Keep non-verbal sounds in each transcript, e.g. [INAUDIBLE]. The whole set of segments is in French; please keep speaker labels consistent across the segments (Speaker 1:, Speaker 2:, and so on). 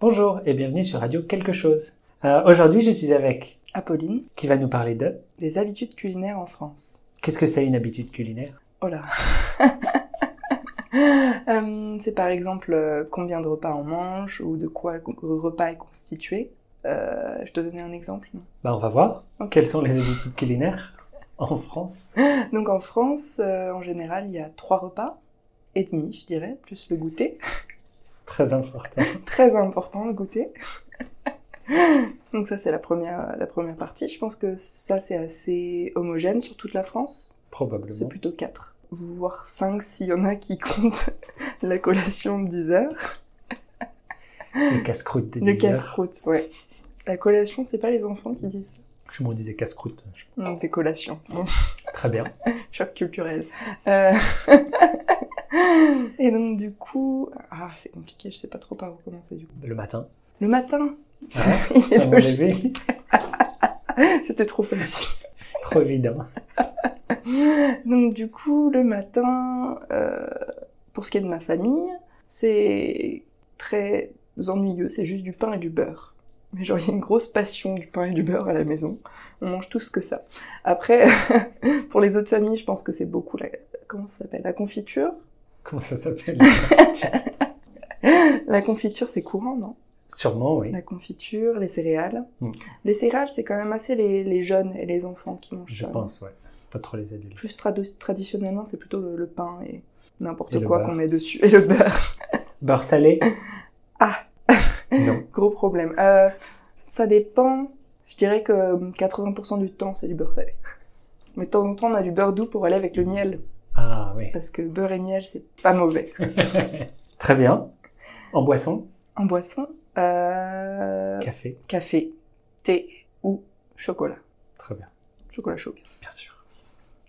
Speaker 1: Bonjour et bienvenue sur Radio Quelque chose. Euh, Aujourd'hui, je suis avec
Speaker 2: Apolline,
Speaker 1: qui va nous parler de
Speaker 2: des habitudes culinaires en France.
Speaker 1: qu'est-ce que c'est une habitude culinaire
Speaker 2: Oh là Euh, C'est par exemple euh, combien de repas on mange ou de quoi le repas est constitué. Euh, je te donnais un exemple. non
Speaker 1: Bah, on va voir.
Speaker 2: Ok.
Speaker 1: Quelles sont les habitudes culinaires [LAUGHS] en France
Speaker 2: Donc en France, euh, en général, il y a trois repas et demi, je dirais, plus le goûter. [LAUGHS]
Speaker 1: Très important.
Speaker 2: Très important le goûter. [LAUGHS] Donc ça c'est la première, la première partie. Je pense que ça c'est assez homogène sur toute la France. C'est
Speaker 1: Probablement.
Speaker 2: plutôt 4. Voire 5 s'il y en a qui [LAUGHS] comptent la collation de 10 heures.
Speaker 1: Le casse-croûte de
Speaker 2: De
Speaker 1: 10 heures.
Speaker 2: casse-croûte, ouais. La collation, c'est pas les enfants qui disent.
Speaker 1: Je m'en disais casse-croûte. Je-
Speaker 2: Non, c'est collation. Bon, [LAUGHS]
Speaker 1: Très bien.
Speaker 2: choc culturel. Euh, [LAUGHS] Et donc du coup... Ah, c'est compliqué, je sais pas trop par où commencer du coup.
Speaker 1: Le matin.
Speaker 2: Le matin
Speaker 1: Ouais,
Speaker 2: [LAUGHS] Il est
Speaker 1: à mon
Speaker 2: logique.
Speaker 1: avis,
Speaker 2: [LAUGHS] C'était trop facile. [LAUGHS]
Speaker 1: trop évident.
Speaker 2: Donc du coup, le matin, euh, pour ce qui est de ma famille, c'est très ennuyeux, c'est juste du pain et du beurre. Mais genre, il y a une grosse passion du pain et du beurre à la maison. On mange tous que ça. Après, [LAUGHS] pour les autres familles, je pense que c'est beaucoup la... Comment ça s'appelle La confiture
Speaker 1: Comment ça s'appelle
Speaker 2: La confiture, c'est courant, non
Speaker 1: Sûrement, oui.
Speaker 2: La confiture, les céréales.
Speaker 1: Mm.
Speaker 2: Les céréales, c'est quand même assez les, les jeunes et les enfants qui mangent
Speaker 1: Je
Speaker 2: ça.
Speaker 1: pense, ouais. Pas trop les adultes.
Speaker 2: Plus tradu- traditionnellement, c'est plutôt le, le pain et
Speaker 1: Et
Speaker 2: n'importe
Speaker 1: le
Speaker 2: quoi
Speaker 1: beurre.
Speaker 2: qu'on met dessus. Et le beurre.
Speaker 1: Beurre salé
Speaker 2: Ah.
Speaker 1: [LAUGHS] Non.
Speaker 2: Gros problème. Euh, ça dépend. Je dirais que euh, 80% du temps, c'est du beurre salé. Mais de temps en temps, on a du beurre doux pour aller avec le miel.
Speaker 1: Ah, oui.
Speaker 2: Parce que beurre et miel, c'est pas mauvais.
Speaker 1: Très bien. En boisson
Speaker 2: En boisson, euh,
Speaker 1: Café.
Speaker 2: café, thé ou chocolat.
Speaker 1: Très bien.
Speaker 2: Chocolat chaud. bien.
Speaker 1: Bien sûr.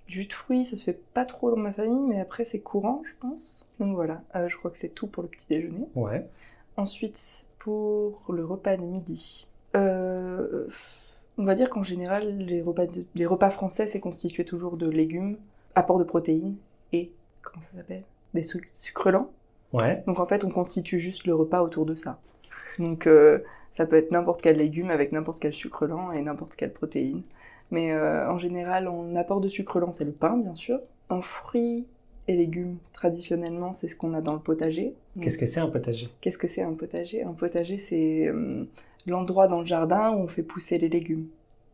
Speaker 2: Jus de fruits, ça se fait pas trop dans ma famille, mais après, c'est courant, je pense. Donc voilà, Euh, je crois que c'est tout pour le petit déjeuner.
Speaker 1: Ouais.
Speaker 2: Ensuite, pour le repas de midi, euh, on va dire qu'en général, les repas, de- les repas français, c'est constitué toujours de légumes, apport de protéines et, comment ça s'appelle Des suc- sucres lents.
Speaker 1: Ouais.
Speaker 2: Donc en fait, on constitue juste le repas autour de ça. Donc euh, ça peut être n'importe quel légume avec n'importe quel sucre lent et n'importe quelle protéine. Mais euh, en général, en apport de sucre lent, c'est le pain, bien sûr. En fruits et légumes, traditionnellement, c'est ce qu'on a dans le potager. Donc,
Speaker 1: Qu'est-ce que c'est un potager
Speaker 2: Qu'est-ce que c'est un potager Un potager, c'est euh, l'endroit dans le jardin où on fait pousser les légumes.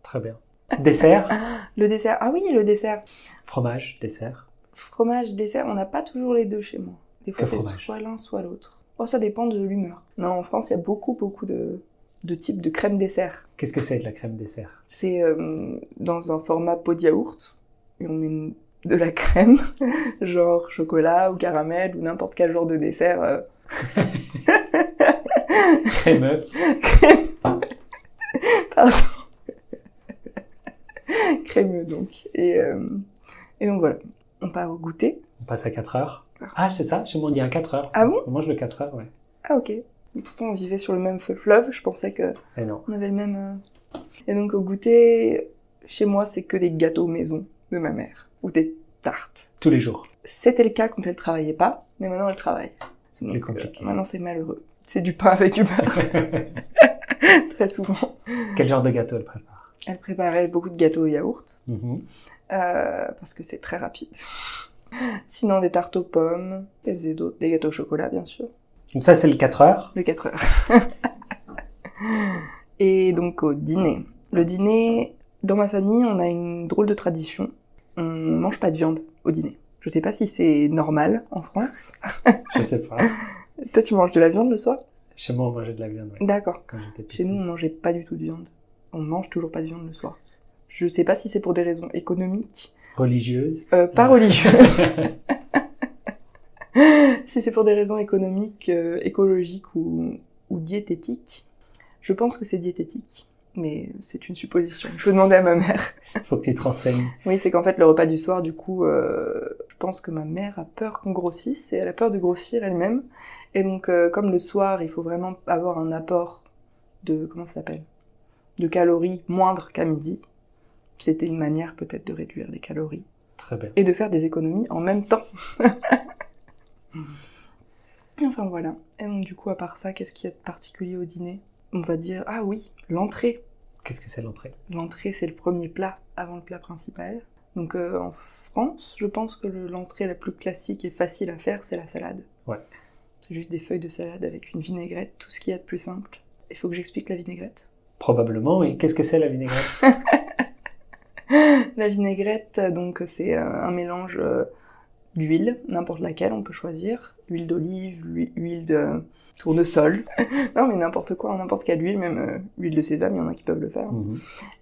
Speaker 1: Très bien. Dessert
Speaker 2: [LAUGHS] Le dessert, ah oui, le dessert.
Speaker 1: Fromage, dessert.
Speaker 2: Fromage, dessert, on n'a pas toujours les deux chez moi. Des fois,
Speaker 1: Que
Speaker 2: c'est
Speaker 1: fromage
Speaker 2: soit l'un, soit l'autre. Oh, ça dépend de l'humeur. Non, en France, il y a beaucoup, beaucoup de, de types de crème dessert.
Speaker 1: Qu'est-ce que c'est de la crème dessert
Speaker 2: C'est euh, dans un format pot de yaourt, et on met une- de la crème, [LAUGHS] genre chocolat ou caramel ou n'importe quel genre de dessert. euh, [LAUGHS]
Speaker 1: Crémeux.
Speaker 2: crémeux donc. Et, euh, et donc voilà, on part au goûter.
Speaker 1: On passe à 4 heures. Ah, c'est ça Chez moi, on dit à 4 heures.
Speaker 2: Ah bon
Speaker 1: On mange le 4 heures, ouais.
Speaker 2: Ah ok. Et pourtant on vivait sur le même feu- fleuve, je pensais que
Speaker 1: Et Eh non.
Speaker 2: on avait le même... euh. Et donc au goûter, chez moi c'est que des gâteaux maison de ma mère, ou des tartes.
Speaker 1: Tous les jours.
Speaker 2: C'était le cas quand elle travaillait pas, mais maintenant elle travaille.
Speaker 1: C'est plus
Speaker 2: Donc, euh,
Speaker 1: compliqué.
Speaker 2: maintenant c'est malheureux. C'est du pain avec du beurre,
Speaker 1: [LAUGHS]
Speaker 2: [LAUGHS] très souvent.
Speaker 1: Quel genre de gâteau elle prépare
Speaker 2: Elle préparait beaucoup de gâteaux au yaourt.
Speaker 1: Mhm.
Speaker 2: Euh, parce que c'est très rapide. Sinon, des tartes aux pommes, elle faisait d'autres, des gâteaux au chocolat, bien sûr,
Speaker 1: Donc ça, c'est le 4 heures.
Speaker 2: de 4 heures. [LAUGHS] Et donc au dîner. Le dîner, dans ma famille, on a une drôle de tradition. On mange pas de viande au dîner. Je sais pas si c'est normal en France.
Speaker 1: Je sais pas.
Speaker 2: Toi, tu manges de la viande le soir
Speaker 1: Chez moi, on mangeait de la viande, ouais,
Speaker 2: D'accord.
Speaker 1: quand j'étais petit.
Speaker 2: Chez nous, on mangeait pas du tout de viande. On mange toujours pas de viande le soir. Je sais pas si c'est pour des raisons économiques
Speaker 1: Religieuse.
Speaker 2: Euh, pas
Speaker 1: Ouais.
Speaker 2: religieuse. [LAUGHS] si c'est pour des raisons économiques, euh, écologiques ou, ou diététiques, je pense que c'est diététique, mais c'est une supposition. Je vais demander à ma mère. [LAUGHS]
Speaker 1: Faut que tu te renseignes.
Speaker 2: Oui, c'est qu'en fait, le repas du soir, du coup, euh, je pense que ma mère a peur qu'on grossisse et elle a peur de grossir elle-même. Et donc, euh, comme le soir, il faut vraiment avoir un apport de, comment ça s'appelle De calories moindre qu'à midi. C'était une manière peut-être de réduire les calories
Speaker 1: Très bien.
Speaker 2: et de faire des économies en même temps. Et Enfin voilà. Et donc du coup, à part ça, qu'est-ce qu'il y a de particulier au dîner On va dire, ah oui, l'entrée.
Speaker 1: Qu'est-ce que c'est l'entrée
Speaker 2: L'entrée, c'est le premier plat avant le plat principal. Donc euh, en France, je pense que le- l'entrée la plus classique et facile à faire, c'est la salade.
Speaker 1: Ouais.
Speaker 2: C'est juste des feuilles de salade avec une vinaigrette, tout ce qu'il y a de plus simple. Il faut que j'explique la vinaigrette.
Speaker 1: Probablement. Et qu'est-ce que c'est la vinaigrette
Speaker 2: La vinaigrette, euh, donc c'est euh, un mélange euh, d'huile, n'importe laquelle, on peut choisir. Huile d'olive, hui- huile de tournesol. [LAUGHS] non mais n'importe quoi, n'importe quelle huile, même euh, huile de sésame, il y en a qui peuvent le faire.
Speaker 1: Mhm.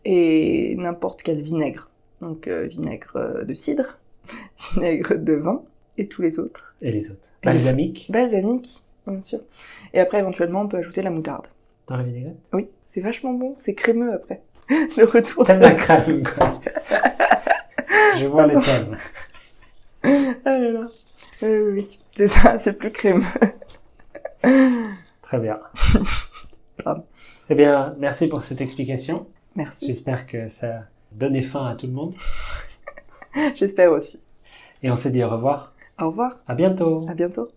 Speaker 2: et n'importe quel vinaigre. Donc euh, vinaigre euh, de cidre, [LAUGHS] vinaigre de vin et tous les autres.
Speaker 1: Et les autres
Speaker 2: Et les-
Speaker 1: Balsamique
Speaker 2: Balsamique, bien sûr. Et après, éventuellement, on peut ajouter la moutarde.
Speaker 1: dans la vinaigrette
Speaker 2: Oui, c'est vachement bon, c'est crémeux après. [LAUGHS] Le retour de
Speaker 1: T'aimes la crème,
Speaker 2: [LAUGHS]
Speaker 1: quoi. Je vois les thèmes.
Speaker 2: Ah là là. Euh, oui, c'est ça, c'est plus crémeux.
Speaker 1: Très bien.
Speaker 2: Pardon.
Speaker 1: Eh bien, merci pour cette explication.
Speaker 2: Merci,
Speaker 1: J'espère que ça donnait faim à tout le monde.
Speaker 2: j'espère aussi.
Speaker 1: Et on se dit au revoir.
Speaker 2: Au revoir,
Speaker 1: À bientôt.
Speaker 2: à bientôt.